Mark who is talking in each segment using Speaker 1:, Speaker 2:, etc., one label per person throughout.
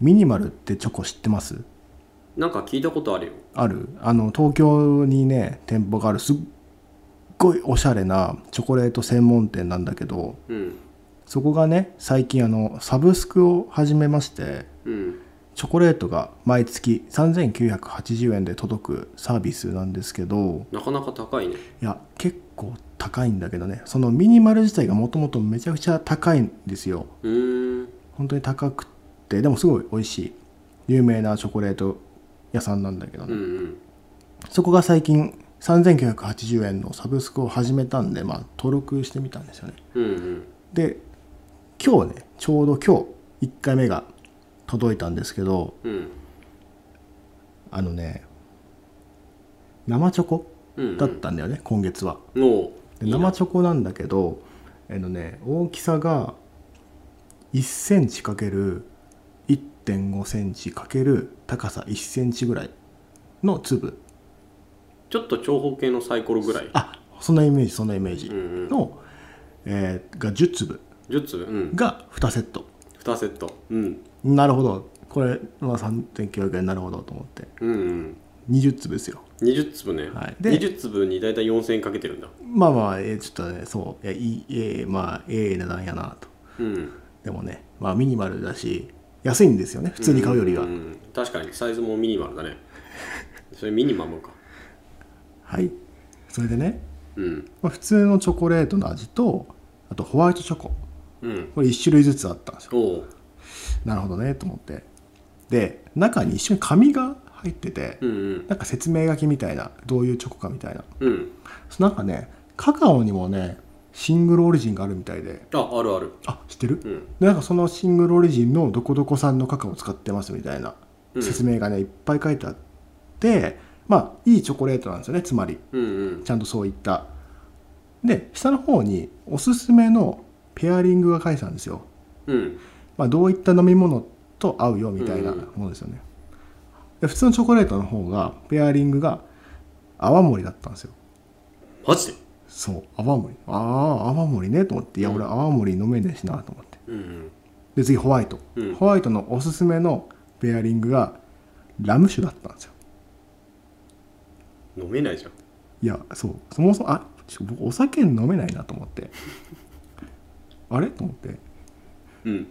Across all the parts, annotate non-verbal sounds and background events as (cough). Speaker 1: ミニマルってチョコ知ってます
Speaker 2: なんか聞いたことあるよ
Speaker 1: あるあの東京にね店舗があるすっごいおしゃれなチョコレート専門店なんだけど
Speaker 2: うん
Speaker 1: そこがね最近あのサブスクを始めまして
Speaker 2: うん
Speaker 1: チョコレートが毎月3980円で届くサービスなんですけど
Speaker 2: なかなか高いね
Speaker 1: いや結構高いんだけどねそのミニマル自体がもともとめちゃくちゃ高いんですよ
Speaker 2: うーん
Speaker 1: 本当に高くってでもすごい美味しい有名なチョコレート屋さんなんだけど
Speaker 2: うんう
Speaker 1: ね、
Speaker 2: ん
Speaker 1: そこが最近3980円のサブスクを始めたんで、まあ、登録してみたんですよね
Speaker 2: うんうん
Speaker 1: で今日ねちょうど今日1回目が届いたんですけど
Speaker 2: うん
Speaker 1: あのね生チョコ
Speaker 2: うん
Speaker 1: だったんだよね、今月は
Speaker 2: もう
Speaker 1: で生チョコなんだけどあのね大きさが1センチかける1.5センチかける高さ1センチぐらいの粒
Speaker 2: ちょっと長方形のサイコロぐらい
Speaker 1: あそんなイメージそんなイメージ
Speaker 2: うんうん
Speaker 1: の、えーが10粒
Speaker 2: 10つうん
Speaker 1: が2セット
Speaker 2: 2セットうん
Speaker 1: なるほどこれは3.900円なるほどと思って
Speaker 2: うんうん
Speaker 1: 20粒ですよ
Speaker 2: 20粒ね、
Speaker 1: はいで
Speaker 2: 20粒に大体4000円かけてるんだ
Speaker 1: まあまあ、えーちょっとねそういやいいえーまあええ値段やなと
Speaker 2: うん
Speaker 1: でもねまあミニマルだし安いんですよね普通に買うよりは、
Speaker 2: んん確かにサイズもミニマルだね (laughs) それミニマムか
Speaker 1: はいそれでね、
Speaker 2: うん
Speaker 1: まあ、普通のチョコレートの味とあとホワイトチョコ
Speaker 2: うん
Speaker 1: これ1種類ずつあったんですよ
Speaker 2: おおう
Speaker 1: なるほどねと思ってで中に一緒に紙が入ってて、
Speaker 2: うんうん
Speaker 1: なんか説明書きみたいなどういうチョコかみたいな
Speaker 2: うん
Speaker 1: そのなんかねカカオにもねシングルオリジンがあるみたいで
Speaker 2: ああるある
Speaker 1: あ知ってる、
Speaker 2: うん
Speaker 1: でなんかそのシングルオリジンのどこどこさんのカカオを使ってますみたいな
Speaker 2: うん
Speaker 1: 説明がねいっぱい書いてあってまあいいチョコレートなんですよねつまり
Speaker 2: うんうん
Speaker 1: ちゃんとそういったで下の方におすすめのペアリングが書いてたんですよ、
Speaker 2: うん
Speaker 1: まあ、どういった飲み物と合うよみたいな
Speaker 2: うん
Speaker 1: ものですよね、で普通のチョコレートの方がペアリングが泡盛だったんですよ
Speaker 2: マジで
Speaker 1: そう泡盛ああ泡盛ねと思っていや俺泡盛飲めねえしなと思って
Speaker 2: うん
Speaker 1: で次ホワイト、
Speaker 2: うん
Speaker 1: ホワイトのおすすめのペアリングがラム酒だったんですよ
Speaker 2: うん飲めないじゃん
Speaker 1: いやそうそもそもあちょ僕お酒飲めないなと思って (laughs) あれと思って
Speaker 2: うん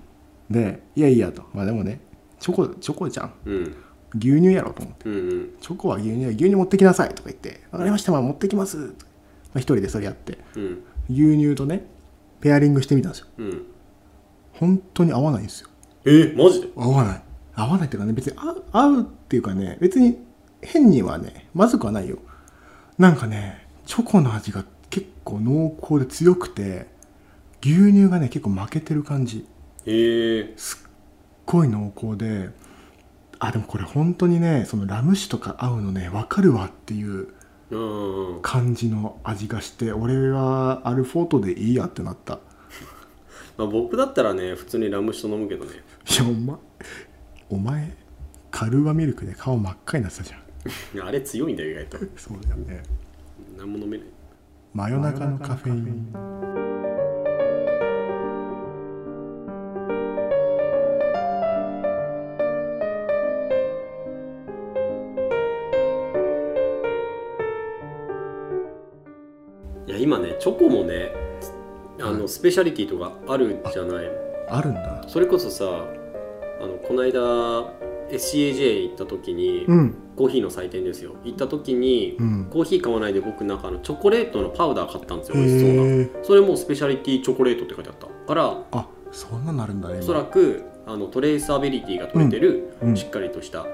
Speaker 1: でいやいやとまあでもねチョコチョコじゃん
Speaker 2: うん
Speaker 1: 牛乳やろと思って
Speaker 2: うんうん
Speaker 1: チョコは牛乳や牛乳持ってきなさいとか言って分かりましたまあ持ってきますまあ一人でそれやって
Speaker 2: うん
Speaker 1: 牛乳とねペアリングしてみたんですよ
Speaker 2: うん
Speaker 1: 本当に合わないんですよ
Speaker 2: えー、マジで
Speaker 1: 合わない合わないっていうかね別に合う合うっていうかね別に変にはねまずくはないよなんかねチョコの味が結構濃厚で強くて牛乳がね結構負けてる感じ
Speaker 2: へえー、
Speaker 1: すっごい濃厚であでもこれ本当にねそのラム酒とか合うのね分かるわっていう
Speaker 2: うん
Speaker 1: 感じの味がして俺はアルフォートでいいやってなったい
Speaker 2: まあ、僕だったらね普通にラム酒と飲むけどね
Speaker 1: やお前お前カルーアミルクで顔真っ赤になってたじゃん
Speaker 2: いやあれ強いんだよ意外と
Speaker 1: そうだよね
Speaker 2: 何も飲めない
Speaker 1: 真夜中のカフェイン
Speaker 2: いや今ねチョコもねあのスペシャリティとかあるじゃない
Speaker 1: あるんだ
Speaker 2: それこそさあのこの間 SCAJ 行った時に、
Speaker 1: うん
Speaker 2: コーヒーの祭典ですよ行った時に、
Speaker 1: うん
Speaker 2: コーヒー買わないで僕なんかあのチョコレートのパウダー買ったんですよ美味しそうな
Speaker 1: へえ
Speaker 2: それもスペシャリティチョコレートって書いてあったから
Speaker 1: あそんなのあるんだね
Speaker 2: おそら
Speaker 1: 今
Speaker 2: くあのトレーサビリティが取れてる、
Speaker 1: うんうん
Speaker 2: しっかりとした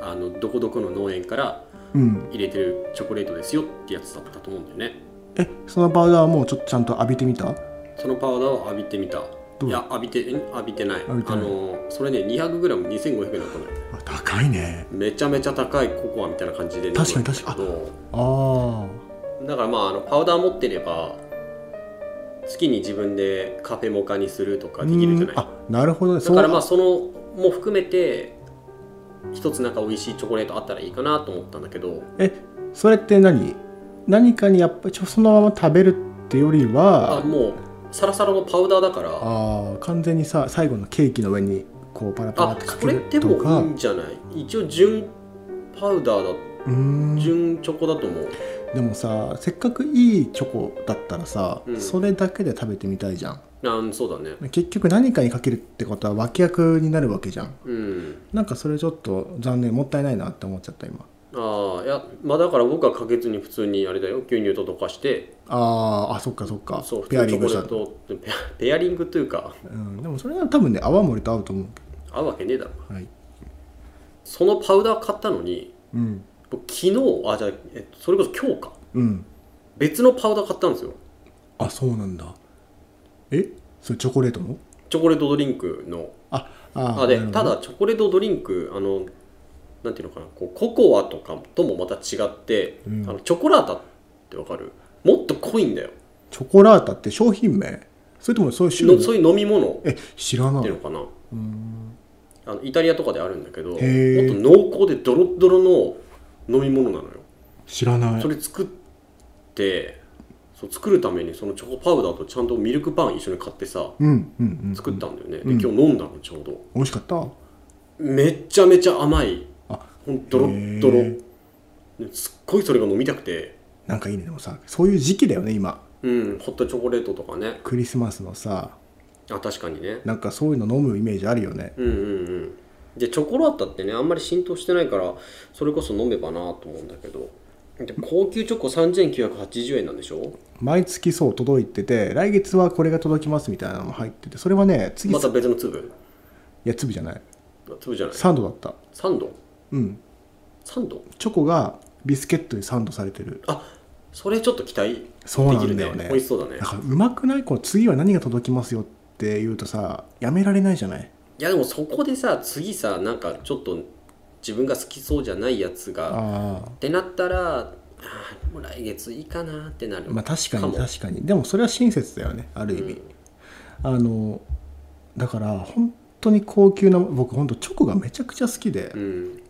Speaker 2: あのどこどこの農園から
Speaker 1: うん
Speaker 2: 入れてるチョコレートですよってやつだったと思うんだよね
Speaker 1: えそのパウダーはもうちょっとちゃんと浴びてみた
Speaker 2: そのパウダーを浴びてみた
Speaker 1: どう
Speaker 2: いや浴びてん浴びてない
Speaker 1: 浴びてない
Speaker 2: あのそれね 200g2500 円だったのよ
Speaker 1: あ高いね
Speaker 2: めちゃめちゃ高いココアみたいな感じで
Speaker 1: 確かに確かに
Speaker 2: に
Speaker 1: ああ
Speaker 2: だからまああのパウダー持ってれば好きに自分でカフェモカにするとかできるじゃない
Speaker 1: あなるほどね
Speaker 2: だからまあ
Speaker 1: そう
Speaker 2: そのも含めて一つなんか美味しいチョコレートあったらいいかなと思ったんだけど
Speaker 1: えそれって何何かにやっぱりちょそのまま食べるってより
Speaker 2: あ
Speaker 1: は
Speaker 2: もうサラサラのパウダーだから
Speaker 1: あー完全にさ最後のケーキの上にこうパラパラ
Speaker 2: あ
Speaker 1: ってか
Speaker 2: そ
Speaker 1: け
Speaker 2: れっ
Speaker 1: る
Speaker 2: て
Speaker 1: と
Speaker 2: も
Speaker 1: か
Speaker 2: いいんじゃない一応純パウダーだ
Speaker 1: うーん
Speaker 2: 純チョコだと思う
Speaker 1: でもさせっかくいいチョコだったらさ、
Speaker 2: うん
Speaker 1: それだけで食べてみたいじゃん
Speaker 2: あうんそうだね
Speaker 1: 結局何かにかけるってことは脇役になるわけじゃん
Speaker 2: うん
Speaker 1: なんかそれちょっと残念もったいないなって思っちゃった今
Speaker 2: ああいやまあだから僕はかけずに普通にあれだよ牛乳と溶かして
Speaker 1: あーあそっかそっか
Speaker 2: そう普
Speaker 1: ペア
Speaker 2: 通に
Speaker 1: リ
Speaker 2: チ
Speaker 1: ン
Speaker 2: ョ
Speaker 1: グし
Speaker 2: コレ
Speaker 1: た
Speaker 2: ートとペアペアリングというか
Speaker 1: うん、でもそれは多分ね泡盛と合うと思うけ
Speaker 2: 合うわけねえだろ
Speaker 1: どはい、
Speaker 2: そのパウダー買ったのに
Speaker 1: うん
Speaker 2: 僕昨日あじゃあ、えっと、それこそ今日か
Speaker 1: うん
Speaker 2: 別のパウダー買ったんですよ
Speaker 1: あそうなんだえそれチョコレートの
Speaker 2: チョコレートドリンクの
Speaker 1: ああ
Speaker 2: あで
Speaker 1: なるほど
Speaker 2: ただチョコレートドリンクあのなんていうのかなこうココアとかともまた違って、
Speaker 1: うん
Speaker 2: あのチョコラータってわかるもっと濃いんだよ
Speaker 1: チョコラータって商品名それともそういう種
Speaker 2: の
Speaker 1: 類
Speaker 2: そういう飲み物って
Speaker 1: え知らないいう
Speaker 2: のかな、
Speaker 1: ーん
Speaker 2: あのイタリアとかであるんだけどもっと
Speaker 1: へー
Speaker 2: 濃厚でドロッドロの飲み物なのよ
Speaker 1: 知らない
Speaker 2: それ作ってそう作るためにそのチョコパウダーとちゃんとミルクパン一緒に買ってさ
Speaker 1: うんうんうん
Speaker 2: 作ったんだよね、
Speaker 1: うん
Speaker 2: で今日飲んだのちょうど
Speaker 1: 美味しかった
Speaker 2: めっちゃめちゃ甘い
Speaker 1: あ
Speaker 2: ほんドロッドロ
Speaker 1: へー
Speaker 2: ですっごいそれが飲みたくて
Speaker 1: なんかいいねでもさそういう時期だよね今
Speaker 2: うんホットチョコレートとかね
Speaker 1: クリスマスのさ
Speaker 2: あ確かにね
Speaker 1: なんかそういうの飲むイメージあるよね
Speaker 2: うんうんうんでチョコラータってねあんまり浸透してないからそれこそ飲めばなと思うんだけどで高級チョコ3980円なんでしょ
Speaker 1: 毎月そう届いてて来月はこれが届きますみたいなのも入っててそれはね次、
Speaker 2: また
Speaker 1: い
Speaker 2: 別の粒
Speaker 1: や粒じゃない
Speaker 2: 粒じゃない
Speaker 1: サンドだった
Speaker 2: サンド
Speaker 1: うん
Speaker 2: サンド
Speaker 1: チョコがビスケットにサンドされてる
Speaker 2: あそれちょっと期待
Speaker 1: そう
Speaker 2: で
Speaker 1: な
Speaker 2: きる
Speaker 1: んだ
Speaker 2: ね
Speaker 1: よね
Speaker 2: 美味しそうだね
Speaker 1: だからうまくないこう次は何が届きますよって言うとさやめられないじゃない
Speaker 2: いやでもそこでさ次さなんかちょっと自分が好きそうじゃないやつが
Speaker 1: ああ
Speaker 2: ってなったらあーもう来月いいかなってなる
Speaker 1: まあ確かに
Speaker 2: かも
Speaker 1: 確かにでもそれは親切だよねある意味、あのだから本当に高級な僕本当チョコがめちゃくちゃ好きで、
Speaker 2: うん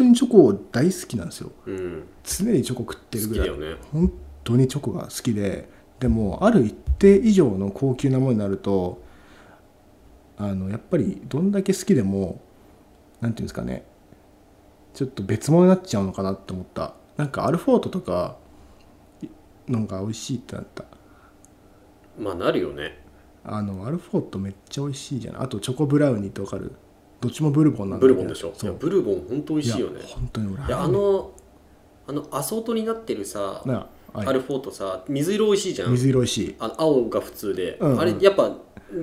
Speaker 1: 本当にチョコ大好きなんですよ
Speaker 2: うん
Speaker 1: 常にチョコ食ってる
Speaker 2: 好
Speaker 1: ぐ
Speaker 2: き
Speaker 1: ら
Speaker 2: だ
Speaker 1: い
Speaker 2: よね
Speaker 1: 本当にチョコが好きででもある一定以上の高級なものになるとあのやっぱりどんだけ好きでもなんていうんですかねちょっと別物になっちゃうのかなって思ったなんかアルフォートとかのが美味しいってなった
Speaker 2: まあなるよね
Speaker 1: あのアルフォートめっちゃ美味しいじゃないあとチョコブラウニーってわかるどっちもブルボンなんだけ
Speaker 2: ブ
Speaker 1: ど
Speaker 2: ルボンでしょい
Speaker 1: そ
Speaker 2: や
Speaker 1: う
Speaker 2: ブルボン本当美味しいよね
Speaker 1: や本当に俺
Speaker 2: いやあのあのアソートになってるさ
Speaker 1: なあ
Speaker 2: アルフォートさ水色美味しいじゃん
Speaker 1: 水色美味しい
Speaker 2: あの青が普通で、
Speaker 1: うんうん
Speaker 2: あれやっぱ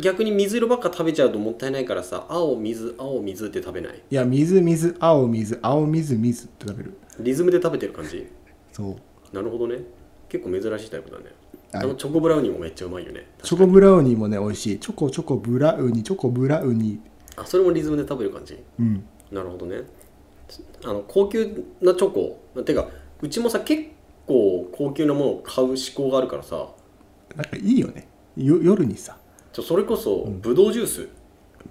Speaker 2: 逆に水色ばっか食べちゃうともったいないからさ青水青水って食べない
Speaker 1: いや水水青水青水水って食べる
Speaker 2: リズムで食べてる感じ
Speaker 1: そう
Speaker 2: なるほどね結構珍しいタイプだね
Speaker 1: はい
Speaker 2: あのチョコブラウニーもめっちゃうまいよね
Speaker 1: チョコブラウニーもね美味しいチョコチョコブラウニーチョコブラウニ
Speaker 2: あそれもリズムで食べる感じ
Speaker 1: ーうん
Speaker 2: なるほどねあの高級なチョコてかうちもさ結構高級なものを買う思考があるからさ
Speaker 1: なんかいいよねよ夜にさ
Speaker 2: ちょそれこそブドウジュース、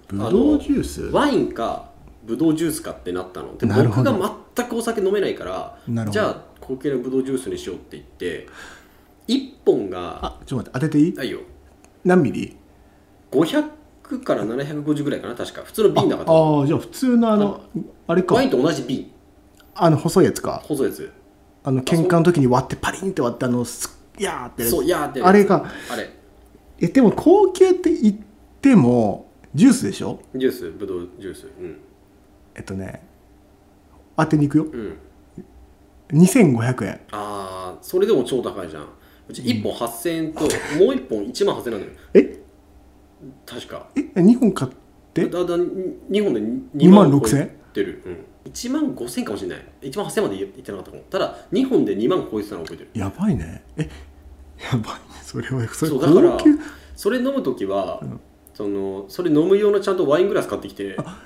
Speaker 1: ブドウジュース
Speaker 2: ワインかブドウジュースかってなったので
Speaker 1: なるほ
Speaker 2: 僕
Speaker 1: ど
Speaker 2: が全くお酒飲めないから
Speaker 1: なるほど
Speaker 2: じゃあ高級なブドウジュースにしようって言って1本が
Speaker 1: あちょっと待って当てていい
Speaker 2: あいいよ
Speaker 1: 何ミリ
Speaker 2: 500から750ぐらいかな確か普通の瓶だから
Speaker 1: ああじゃあ普通のあのあれか
Speaker 2: ワインと同じ瓶
Speaker 1: あの細いやつか
Speaker 2: 細いやつ
Speaker 1: あの喧嘩の時に割ってパリンって割ってあのすいやーってやつ
Speaker 2: そういやーって
Speaker 1: あれか
Speaker 2: あれ
Speaker 1: えでも高級って言ってもジュースでしょ
Speaker 2: ジュースブドウジュースうん
Speaker 1: えっとね当てに行くよ
Speaker 2: うん
Speaker 1: 2500円
Speaker 2: ああそれでも超高いじゃんうち1本8000円と、もう1本1万8000円なのよ
Speaker 1: え
Speaker 2: 確か
Speaker 1: え2本買って
Speaker 2: だだ日本で2
Speaker 1: 2万
Speaker 2: 万
Speaker 1: 6000
Speaker 2: 超えてる、うん、1万5000かもしれない1万8000まで言ってなかったかもただ日本で2万超えてたの覚えてる
Speaker 1: やばいねえやばいねそれはそれ
Speaker 2: そうだから
Speaker 1: 高級
Speaker 2: それ飲む時は、そのそれ飲む用のちゃんとワイングラス買ってきてあ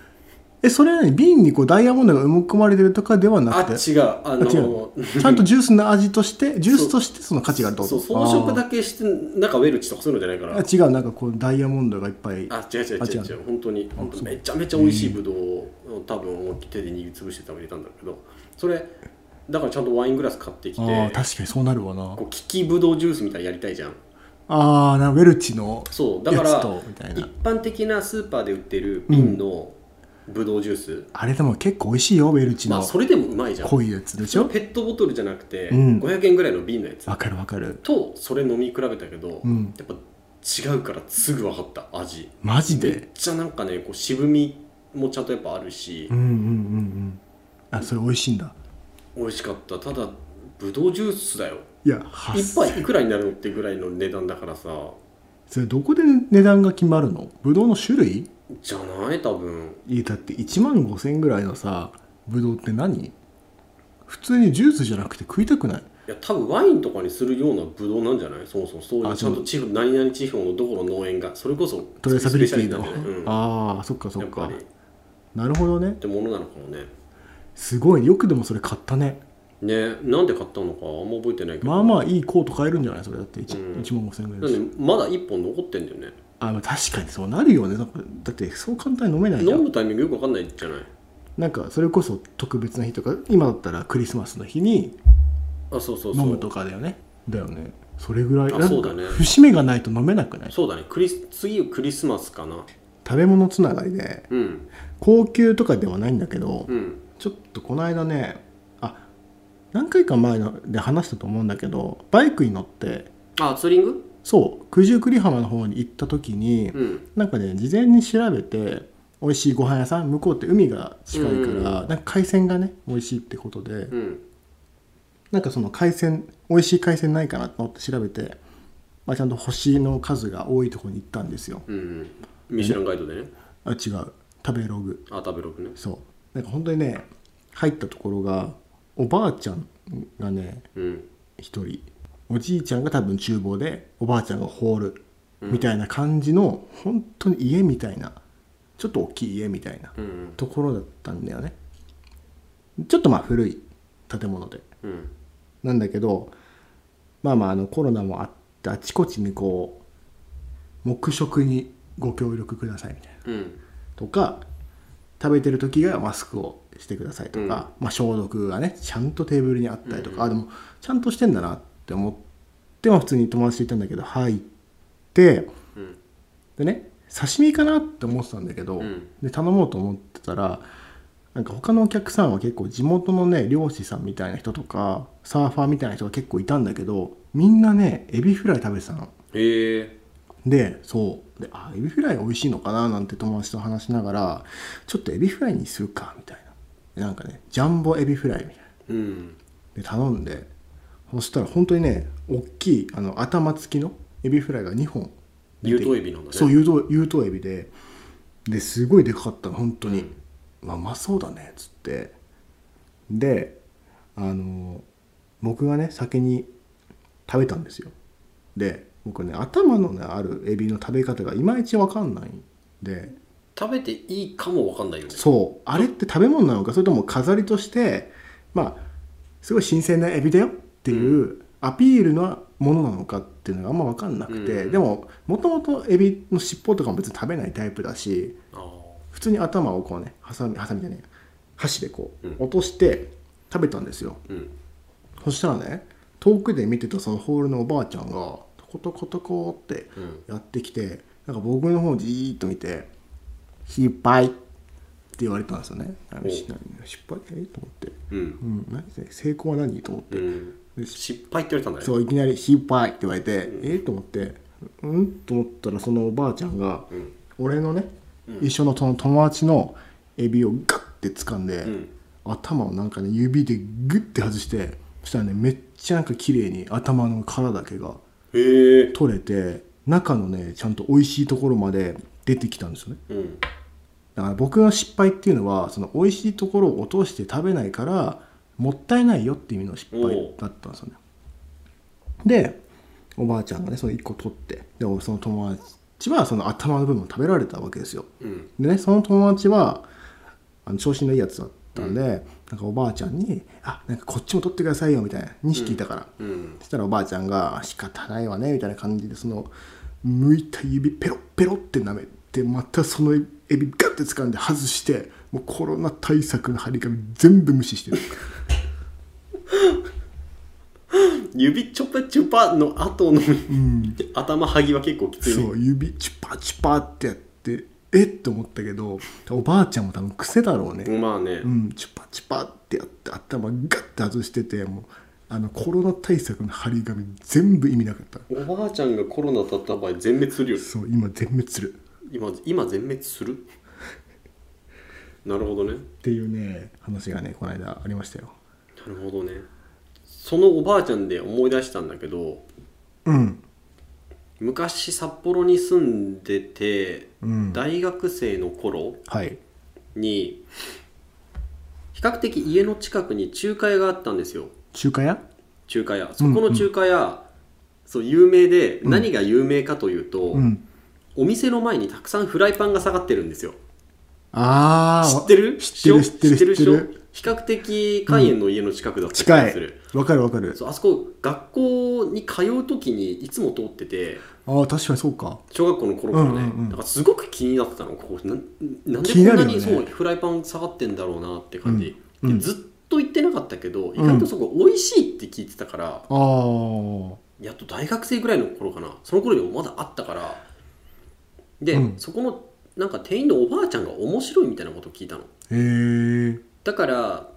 Speaker 1: えそれなに瓶にこうダイヤモンドが埋め込まれてるとかではなくて
Speaker 2: 違うあの
Speaker 1: あ違ちゃんとジュースの味としてジュースとしてその価値があるってこと
Speaker 2: そう装飾だけして中ウェルチとかそういうのじゃないか
Speaker 1: あ
Speaker 2: ら
Speaker 1: ーあ違うなんかこうダイヤモンドがいっぱい
Speaker 2: あ違う違う
Speaker 1: あ
Speaker 2: 違う
Speaker 1: 違
Speaker 2: 違う本当に本当にめちゃめちゃ美味しいぶどうを多分思いっきり手で握りつぶして食べれたんだけどそれだからちゃんとワイングラス買ってき
Speaker 1: あー
Speaker 2: て
Speaker 1: 確かにそうなるわな
Speaker 2: こう利きぶどうジュースみたいなのやりたいじゃん
Speaker 1: ああなウェルチの
Speaker 2: そうだ
Speaker 1: や
Speaker 2: か
Speaker 1: つ
Speaker 2: ら
Speaker 1: とみたい
Speaker 2: 一
Speaker 1: な
Speaker 2: 般的なスーパーで売ってる瓶のブドウジュース、
Speaker 1: あれでも結構美味しいよウェルチ
Speaker 2: まあ
Speaker 1: の
Speaker 2: それでもうまいじゃん
Speaker 1: 濃いやつでしょ
Speaker 2: ペットボトルじゃなくて
Speaker 1: うん
Speaker 2: 500円ぐらいの瓶のやつ、
Speaker 1: わかるわかる
Speaker 2: とそれ飲み比べたけど、
Speaker 1: うん
Speaker 2: やっぱ違うからすぐ分かった味
Speaker 1: マジ
Speaker 2: めっ
Speaker 1: で
Speaker 2: ちゃなんかねこう渋みもちゃんとやっぱあるし
Speaker 1: うん、うんうんうんあそれ美味しいんだ
Speaker 2: 美味しかったただブドウジュースだよ
Speaker 1: いや
Speaker 2: 一
Speaker 1: 8000
Speaker 2: 杯いくらになるのってぐらいの値段だからさ
Speaker 1: それどこで値段が決まるのブドウの種類
Speaker 2: じゃない多分
Speaker 1: いやだって1万5000円ぐらいのさブドウって何普通にジュースじゃなくて食いたくない
Speaker 2: いや多分ワインとかにするようなブドウなんじゃないそもそもそういう
Speaker 1: あ
Speaker 2: ちゃんと地方何々地方のどこの農園がそれこそ
Speaker 1: トレーサビリティの、
Speaker 2: スペシャリティなんじゃない
Speaker 1: ああそっか
Speaker 2: うん、
Speaker 1: そ
Speaker 2: や
Speaker 1: っ
Speaker 2: っぱ
Speaker 1: か
Speaker 2: りっ
Speaker 1: なるほどね
Speaker 2: てものなのかもね
Speaker 1: すごいよくでもそれ買ったね
Speaker 2: ねなんで買ったのかあんま覚えてないけど、
Speaker 1: まあまあいいコート買えるんじゃないそれだって 1,、
Speaker 2: うん
Speaker 1: 1万5000円ぐら
Speaker 2: ない
Speaker 1: で
Speaker 2: んでまだ1本残ってんだよね
Speaker 1: あまあ確かにそうなるよねだだってそう簡単に飲めないじゃ
Speaker 2: 飲
Speaker 1: ん
Speaker 2: むタイミングよくわかんないじゃない
Speaker 1: なんかそれこそ特別な日とか今だったらクリスマスの日に
Speaker 2: あそうそうそう
Speaker 1: 飲むとかだよねだよねそれぐらいな
Speaker 2: あ
Speaker 1: んか
Speaker 2: そうだね
Speaker 1: 節目がないと飲めなくない
Speaker 2: そうだねクリス次クリスマスかな
Speaker 1: 食べ物つながりで
Speaker 2: うん
Speaker 1: 高級とかではないんだけど、
Speaker 2: うん
Speaker 1: ちょっとこの間ねあ何回か前ので話したと思うんだけどバイクに乗って
Speaker 2: あツーリング
Speaker 1: そう九十九里浜の方に行った時に、
Speaker 2: うん
Speaker 1: なんかね事前に調べて美味しいご飯屋さん向こうって海が近いから、
Speaker 2: うんうんうん
Speaker 1: なんか海鮮がね美味しいってことで、
Speaker 2: うん
Speaker 1: なんかその海鮮美味しい海鮮ないかなと思って調べて、まあ、ちゃんと星の数が多いところに行ったんですよ
Speaker 2: うんうんミシュランガイドでね
Speaker 1: あ違う食べログ
Speaker 2: あ食べログね
Speaker 1: そうなんか本当にね入ったところがおばあちゃんがね
Speaker 2: うん
Speaker 1: 一人おじいちゃんが多分厨房でおばあちゃんがホールみたいな感じの、本当に家みたいなちょっと大きい家みたいな
Speaker 2: うん
Speaker 1: ところだったんだよねちょっとまあ古い建物で
Speaker 2: うん
Speaker 1: なんだけどまあまああのコロナもあってあちこちにこう黙食にご協力くださいみたいな
Speaker 2: うん
Speaker 1: とか食べてる時がマスクをしてくださいとか、
Speaker 2: うん
Speaker 1: まあ、消毒がねちゃんとテーブルにあったりとか、あでもちゃんとしてんだなって思って、まあ、普通に友達と行ったんだけど入って
Speaker 2: うん
Speaker 1: でね刺身かなって思ってたんだけど、
Speaker 2: うん
Speaker 1: で頼もうと思ってたらなんか他のお客さんは結構地元のね漁師さんみたいな人とかサーファーみたいな人が結構いたんだけどみんなねエビフライ食べてたの。
Speaker 2: へえ
Speaker 1: でそうであエビフライ美味しいのかななんて友達と話しながらちょっとエビフライにするかみたいなでなんかねジャンボエビフライみたいな
Speaker 2: うん
Speaker 1: で頼んでそしたら本当にね大きいあの頭付きのエビフライが2本出
Speaker 2: 有
Speaker 1: て
Speaker 2: 頭エビなんだね
Speaker 1: そう有頭有頭エビでですごいでかかったの本当に、まあ、うまそうだねっつってであの僕がね先に食べたんですよで僕ね頭のねあるエビの食べ方がいまいちわかんないんで
Speaker 2: 食べていいかもわかんないよね
Speaker 1: そうあれって食べ物なのかそれとも飾りとしてまあすごい新鮮なエビだよっていうアピールなものなのかっていうのがあんま分かんなくて、
Speaker 2: うん
Speaker 1: でももともとエビの尻尾とかも別に食べないタイプだし
Speaker 2: あ
Speaker 1: 普通に頭をこうねハサミハサミじゃねえや箸でこう
Speaker 2: うん
Speaker 1: 落として食べたんですよ、
Speaker 2: ーうん
Speaker 1: そしたらね遠くで見てたそのホールのおばあちゃんがトコトコトコって
Speaker 2: うん
Speaker 1: やってきてなんか僕の方をじーっと見て「失敗」って言われたんですよね「あの
Speaker 2: お
Speaker 1: し失敗えと思って「
Speaker 2: うん
Speaker 1: うん、何成功は何?」と思って、
Speaker 2: うん
Speaker 1: で
Speaker 2: 失敗って言われたんだね
Speaker 1: そういきなり「失敗」って言われて「えと思って「うん?」と思ったらそのおばあちゃんが、
Speaker 2: ん
Speaker 1: 俺のね、一緒のその友達のエビをガッて掴んで、
Speaker 2: ん
Speaker 1: 頭をなんかね指でグッて外してそしたらねめっちゃなんか綺麗に頭の殻だけが
Speaker 2: へえ
Speaker 1: 取れて中のねちゃんと美味しいところまで出てきたんですよね
Speaker 2: うん
Speaker 1: だから僕の失敗っていうのはその美味しいところを落として食べないからもったいないよっていう意味の失敗だったんですよねでおばあちゃんがねその1個取ってでその友達はその頭の部分を食べられたわけですよ
Speaker 2: うん
Speaker 1: でねその友達はあの調子のいいやつだったんで、なんかおばあちゃんに「あなんかこっちも取ってくださいよ」みたいな2匹いたから、
Speaker 2: うん
Speaker 1: そしたらおばあちゃんが「仕方ないわね」みたいな感じでその剥いた指ペロッペロって舐めてまたそのエビガッて掴んで外してもうコロナ対策の張り紙全部無視してる
Speaker 2: 指チョパチュパの後の
Speaker 1: うん
Speaker 2: 頭はぎは結構きついね
Speaker 1: そう指チュパチュパってやってえっと思ったけどおばあちゃんも多分癖だろうね、
Speaker 2: まあね、
Speaker 1: うん、チュパチュパってやって頭ガッて外しててもうあのコロナ対策の張り紙全部意味なかった
Speaker 2: おばあちゃんがコロナだった場合全滅するよ
Speaker 1: そう今全滅する
Speaker 2: 今今全滅す
Speaker 1: (laughs)
Speaker 2: るなるほどね
Speaker 1: っていうね話がねこの間ありましたよ
Speaker 2: なるほどねそのおばあちゃんで思い出したんだけど
Speaker 1: うん
Speaker 2: 昔札幌に住んでて、
Speaker 1: うん
Speaker 2: 大学生の頃
Speaker 1: はい
Speaker 2: に比較的家の近くに中華屋があったんですよ
Speaker 1: 中華屋
Speaker 2: 中華屋そこの中華屋、そう有名で、
Speaker 1: ん
Speaker 2: 何が有名かというと、
Speaker 1: うん
Speaker 2: お店の前にたくさんフライパンが下がってるんですよ
Speaker 1: あ
Speaker 2: 知
Speaker 1: あ
Speaker 2: ってる
Speaker 1: 知ってる知
Speaker 2: しょ
Speaker 1: ってる
Speaker 2: で
Speaker 1: 知っ
Speaker 2: してょ
Speaker 1: る
Speaker 2: 比較的海園の家の近くだった気
Speaker 1: 近
Speaker 2: がす
Speaker 1: い
Speaker 2: る、
Speaker 1: わかるわかる
Speaker 2: そうあそこ学校に通う時にいつも通ってて
Speaker 1: ああ確かにそうか
Speaker 2: 小学校の頃からね、
Speaker 1: うんうんうん
Speaker 2: だからすごく気になってたのここなんなんで
Speaker 1: 気
Speaker 2: こん
Speaker 1: になる
Speaker 2: な
Speaker 1: よね
Speaker 2: にそうフライパン下がってんだろうなって感じ、
Speaker 1: うんうん
Speaker 2: でずっと行ってなかったけど意外とそこ美味しいって聞いてたから、
Speaker 1: ああ
Speaker 2: やっと大学生ぐらいの頃かなその頃にもまだあったからで、
Speaker 1: うん
Speaker 2: そこのなんか店員のおばあちゃんが面白いみたいなことを聞いたの
Speaker 1: へえ
Speaker 2: だから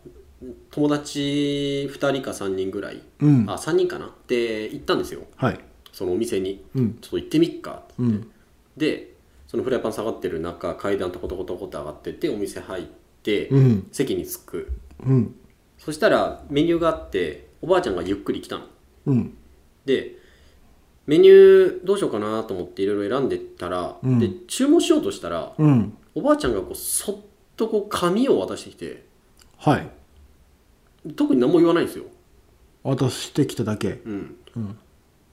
Speaker 2: 友達2人か3人ぐらい、
Speaker 1: うん
Speaker 2: あ3人かなで行ったんですよ
Speaker 1: はい
Speaker 2: そのお店に
Speaker 1: うん
Speaker 2: ちょっと行ってみっかって、
Speaker 1: うん
Speaker 2: でそのフライパン下がってる中階段とことことこと上がってってお店入って、
Speaker 1: うん
Speaker 2: 席に着く
Speaker 1: うん
Speaker 2: そしたらメニューがあっておばあちゃんがゆっくり来たの
Speaker 1: うん
Speaker 2: でメニューどうしようかなと思っていろいろ選んでたら、
Speaker 1: うん
Speaker 2: で注文しようとしたら
Speaker 1: うん
Speaker 2: おばあちゃんがこうそっとこう紙を渡してきて
Speaker 1: はい
Speaker 2: 特に何も言わないんですよ、
Speaker 1: 渡してきただけ
Speaker 2: うん
Speaker 1: うん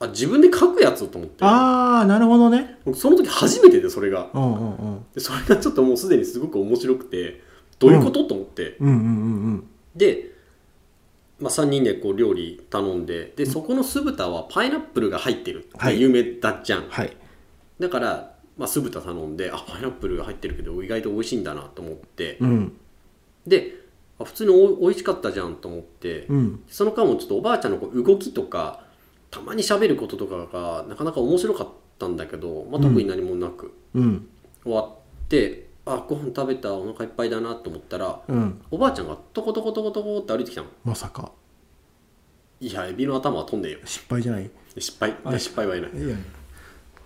Speaker 2: あ自分で書くやつと思って
Speaker 1: ああなるほどね
Speaker 2: 僕その時初めてでそれが
Speaker 1: うんうんうん
Speaker 2: でそれがちょっともうすでにすごく面白くてどういうこと、と思って
Speaker 1: うんうんうんうん
Speaker 2: で、まあ、3人でこう料理頼んででそこの酢豚はパイナップルが入ってるっ
Speaker 1: は
Speaker 2: て
Speaker 1: い
Speaker 2: 有名だっちゃん、
Speaker 1: はい
Speaker 2: だから、まあ、酢豚頼んであパイナップルが入ってるけど意外と美味しいんだなと思って、
Speaker 1: うん
Speaker 2: であ普通にお美味しかったじゃんと思って、
Speaker 1: うん
Speaker 2: その間もちょっとおばあちゃんのこう動きとかたまに喋ることとかがなかなか面白かったんだけど、まあ、特に何もなく、
Speaker 1: うん
Speaker 2: 終わってあご飯食べたお腹いっぱいだなと思ったら
Speaker 1: うん
Speaker 2: おばあちゃんがトコトコトコトコって歩いてきたの
Speaker 1: まさか
Speaker 2: いやエビの頭は飛んでえよ
Speaker 1: 失敗じゃないい
Speaker 2: 失敗
Speaker 1: あ
Speaker 2: 失敗はいない
Speaker 1: や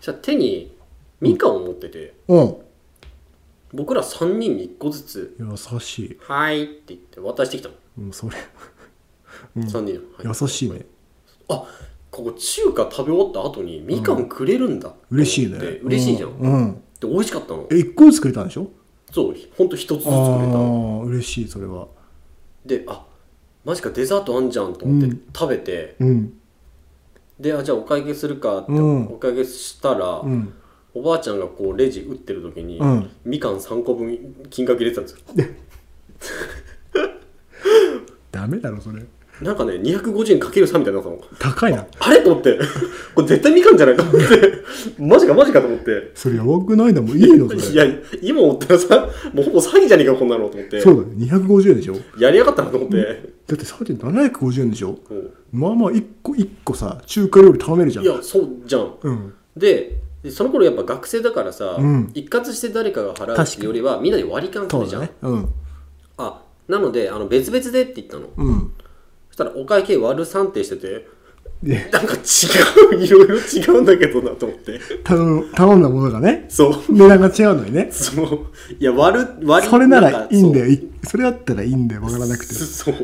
Speaker 2: じゃ手にみかんを持ってて、
Speaker 1: うん
Speaker 2: 僕ら3人に1個ずつ
Speaker 1: 優しい
Speaker 2: 「はい」って言って渡してきたの、
Speaker 1: うんそれ
Speaker 2: 3人の、はい
Speaker 1: 優しいね
Speaker 2: あここ中華食べ終わった後にみかんくれるんだって思って
Speaker 1: 嬉しいね
Speaker 2: 嬉しいじゃん、
Speaker 1: う
Speaker 2: で
Speaker 1: うん
Speaker 2: 美味しかったの
Speaker 1: え一個ずつくれたんでしょ
Speaker 2: そうほんと一つずつくれ
Speaker 1: あ
Speaker 2: たの
Speaker 1: あ嬉しいそれは
Speaker 2: であマジかデザートあんじゃんと思って食べて、
Speaker 1: うん
Speaker 2: であじゃあお会計するかって、
Speaker 1: うん
Speaker 2: お会計したら、
Speaker 1: うん
Speaker 2: おばあちゃんがこうレジ打ってる時に、
Speaker 1: うん
Speaker 2: みかん3個分金額入れてたんですよ
Speaker 1: ダメだろそれ
Speaker 2: なんかね250円かける3みたいになったの
Speaker 1: 高いな
Speaker 2: あれと思って、これ絶対みかんじゃないかと思って、マジかマジかと思って。
Speaker 1: それやばくないなもういいのそ
Speaker 2: い
Speaker 1: れ
Speaker 2: や、今思ったらさ、もうほぼ詐欺じゃねえか、こんなのと思って。
Speaker 1: そうだね250円でしょだ
Speaker 2: やりやがったなと思って。
Speaker 1: って3750円でしょ
Speaker 2: こう
Speaker 1: まあまあ一個一個さ中華料理頼めるじゃん
Speaker 2: いや、そうじゃん。
Speaker 1: うん
Speaker 2: で、でその頃やっぱ学生だからさ、
Speaker 1: うん
Speaker 2: 一括して誰かが払
Speaker 1: 確
Speaker 2: うっ
Speaker 1: か
Speaker 2: て
Speaker 1: に
Speaker 2: よりは、みんなで割り勘す
Speaker 1: そ
Speaker 2: る
Speaker 1: う
Speaker 2: じゃ
Speaker 1: だ
Speaker 2: ん。
Speaker 1: ねうん
Speaker 2: あ、なので、あの別々でって言ったの。
Speaker 1: うん
Speaker 2: そしたらお会計割る算定してて、
Speaker 1: で
Speaker 2: なんか違う、いろいろ違うんだけどなと思って。
Speaker 1: 頼む頼んだものがね (laughs)
Speaker 2: そう。
Speaker 1: 値段が違うのにね
Speaker 2: そう。いや、割る、割り
Speaker 1: それならいいんだ
Speaker 2: よ
Speaker 1: よいそれだったらいいんだよわからなくて
Speaker 2: (laughs) そう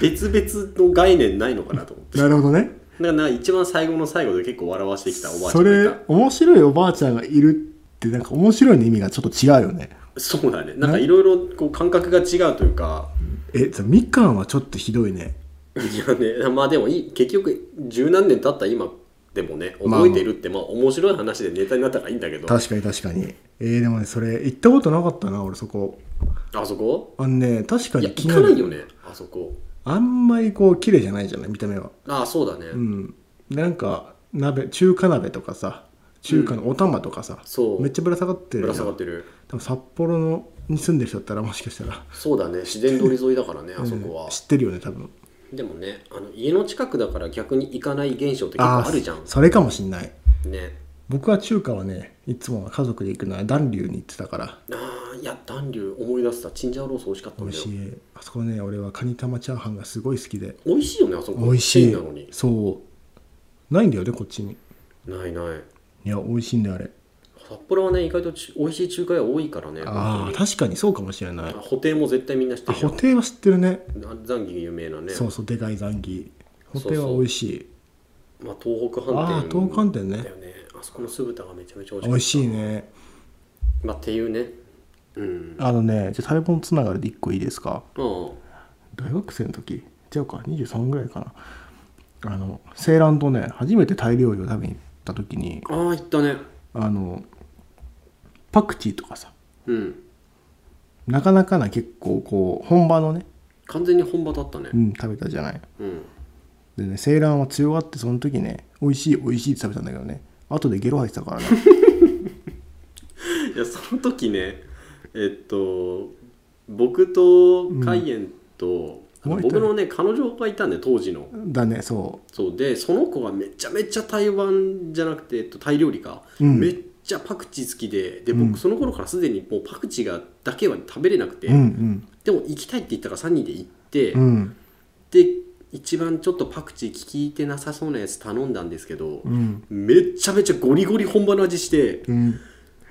Speaker 2: 別々の概念ないのかなと
Speaker 1: (laughs)
Speaker 2: 思ってだ
Speaker 1: なるほどね
Speaker 2: からなんか一番最後の最後で結構笑わしてきたおばあちゃ
Speaker 1: そ
Speaker 2: んがい
Speaker 1: れ
Speaker 2: た
Speaker 1: 面白いおばあちゃんがいるってなんか面白いの意味がちょっと違うよね
Speaker 2: そそうだねなんかいろいろこう感覚が違うというか
Speaker 1: えじゃあみかんはちょっとひどいね
Speaker 2: いやねまあでもいい結局十何年経った今でもね覚えてるってまあ面白い話でネタになったからいいんだけど、
Speaker 1: 確かに確かにえー、でもねそれ行ったことなかったな俺そこ
Speaker 2: あそこ
Speaker 1: あのね確か
Speaker 2: いや
Speaker 1: に
Speaker 2: 行かない
Speaker 1: に
Speaker 2: よねあそこ
Speaker 1: あんまりこう綺麗じゃないじゃない見た目は
Speaker 2: ああそうだね、
Speaker 1: うんなんか鍋中華鍋とかさ中華のお玉とかさ、
Speaker 2: そう
Speaker 1: めっちゃぶら下がって
Speaker 2: ぶ
Speaker 1: る
Speaker 2: ら
Speaker 1: じ
Speaker 2: 下
Speaker 1: ゃ
Speaker 2: がっ
Speaker 1: ん
Speaker 2: てる
Speaker 1: 多分札幌のに住んでる人だったらもしかしたら
Speaker 2: そうだね自然通り沿いだからねあそこは
Speaker 1: 知ってるよね多分
Speaker 2: でもねあの家の近くだから逆に行かない現象って結構あるじゃん
Speaker 1: ーそれかもしんない
Speaker 2: ね
Speaker 1: 僕は中華はねいつもは家族で行くのは暖流に行ってたから
Speaker 2: あーいや暖流思い出したチンジャオロース美味しかったん
Speaker 1: 美
Speaker 2: だ
Speaker 1: 味
Speaker 2: よ
Speaker 1: しいあそこね俺はカニ玉チャーハンがすごい好きで
Speaker 2: 美味しいよねあそこ
Speaker 1: 美味し
Speaker 2: チェ
Speaker 1: い
Speaker 2: ーンなのに
Speaker 1: そうないんだよねこっちに
Speaker 2: ないない
Speaker 1: いや美味しいんだよあれ
Speaker 2: 札幌はね意外とち美味しい中華屋多いからね
Speaker 1: あ
Speaker 2: 本
Speaker 1: あ
Speaker 2: 当に
Speaker 1: 確かにそうかもしれない
Speaker 2: あ布袋も絶対みんな知って
Speaker 1: あ
Speaker 2: るじゃ
Speaker 1: 補
Speaker 2: ん
Speaker 1: 袋は知ってるね
Speaker 2: な残儀有名なね
Speaker 1: そうそうでかい残儀補袋は
Speaker 2: そうそう
Speaker 1: 美味しい
Speaker 2: まあ、東北飯店
Speaker 1: ああ東関店
Speaker 2: だ
Speaker 1: ね
Speaker 2: よねあそこの酢豚がめちゃめちゃ美
Speaker 1: 美味
Speaker 2: 味しい
Speaker 1: しいね
Speaker 2: まあっていうねうんあ
Speaker 1: あのねじゃあ食べ物つながりで1個いいですか
Speaker 2: あ
Speaker 1: 大学生の時違うか23ぐらいかなあの青蘭とね初めてタイ料理を食べに行った時に
Speaker 2: ああ行ったね
Speaker 1: あのパクチーとかさ
Speaker 2: うん
Speaker 1: なかなかな結構こう本場のね、
Speaker 2: 完全に本場だったね
Speaker 1: うん、食べたじゃない
Speaker 2: うん
Speaker 1: でね青蘭は強がってその時ね美味しい美味しいって食べたんだけどね後でゲロ吐いてたからね
Speaker 2: いやその時ねえっと僕とカイエンと、あ
Speaker 1: も
Speaker 2: の
Speaker 1: う一人
Speaker 2: 僕のね彼女がいたんで当時の
Speaker 1: だねそ
Speaker 2: そうでその子がめちゃめちゃ台湾じゃなくて、えっと、タイ料理か、
Speaker 1: うん
Speaker 2: めっちゃパクチー好きでで
Speaker 1: うん
Speaker 2: 僕その頃からすでにもうパクチーがだけは食べれなくて、
Speaker 1: ううん
Speaker 2: でも行きたいって言ったから3人で行って、
Speaker 1: うんうん
Speaker 2: で一番ちょっとパクチー効いてなさそうなやつ頼んだんですけど、
Speaker 1: うん
Speaker 2: めちゃめちゃゴリゴリ本場の味して
Speaker 1: うん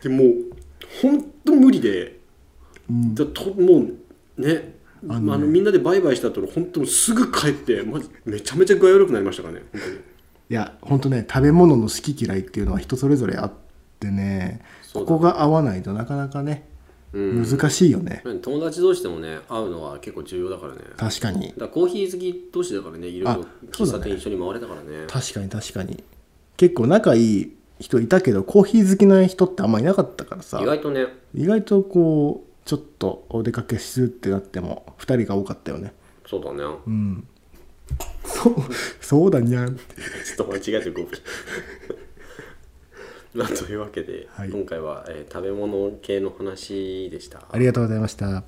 Speaker 2: でもうほんと無理で
Speaker 1: うん
Speaker 2: だともうね
Speaker 1: あの
Speaker 2: あ
Speaker 1: ね
Speaker 2: のみんなでバイバイした後の本当もうすぐ帰ってまじめちゃめちゃ具合悪くなりましたからね本当に
Speaker 1: いやほんとね食べ物の好き嫌いっていうのは人それぞれあってね
Speaker 2: そう
Speaker 1: こ
Speaker 2: だ
Speaker 1: こが合わないとなかなかね
Speaker 2: うん
Speaker 1: 難しいよね、
Speaker 2: (laughs) 友達同士でもね会うのは結構重要だからねだか
Speaker 1: 確かに
Speaker 2: らコーヒー好き同士だからねいろい
Speaker 1: あ
Speaker 2: ろ
Speaker 1: そう
Speaker 2: 喫
Speaker 1: だ
Speaker 2: 茶
Speaker 1: ね
Speaker 2: 店一緒に回れたからね
Speaker 1: 確かに確かに結構仲いい人いたけどコーヒー好きな人ってあんまいなかったからさ
Speaker 2: 意外とね
Speaker 1: 意外とこうちょっとお出かけするってなっても2人が多かったよね
Speaker 2: そうだね、
Speaker 1: うんそう (laughs) そうだにゃんって
Speaker 2: ちょっと間違えてご
Speaker 1: (laughs)
Speaker 2: めん。 (laughs) まあというわけで、
Speaker 1: はい
Speaker 2: 今回は、えー食べ物系の話でした。
Speaker 1: ありがとうございました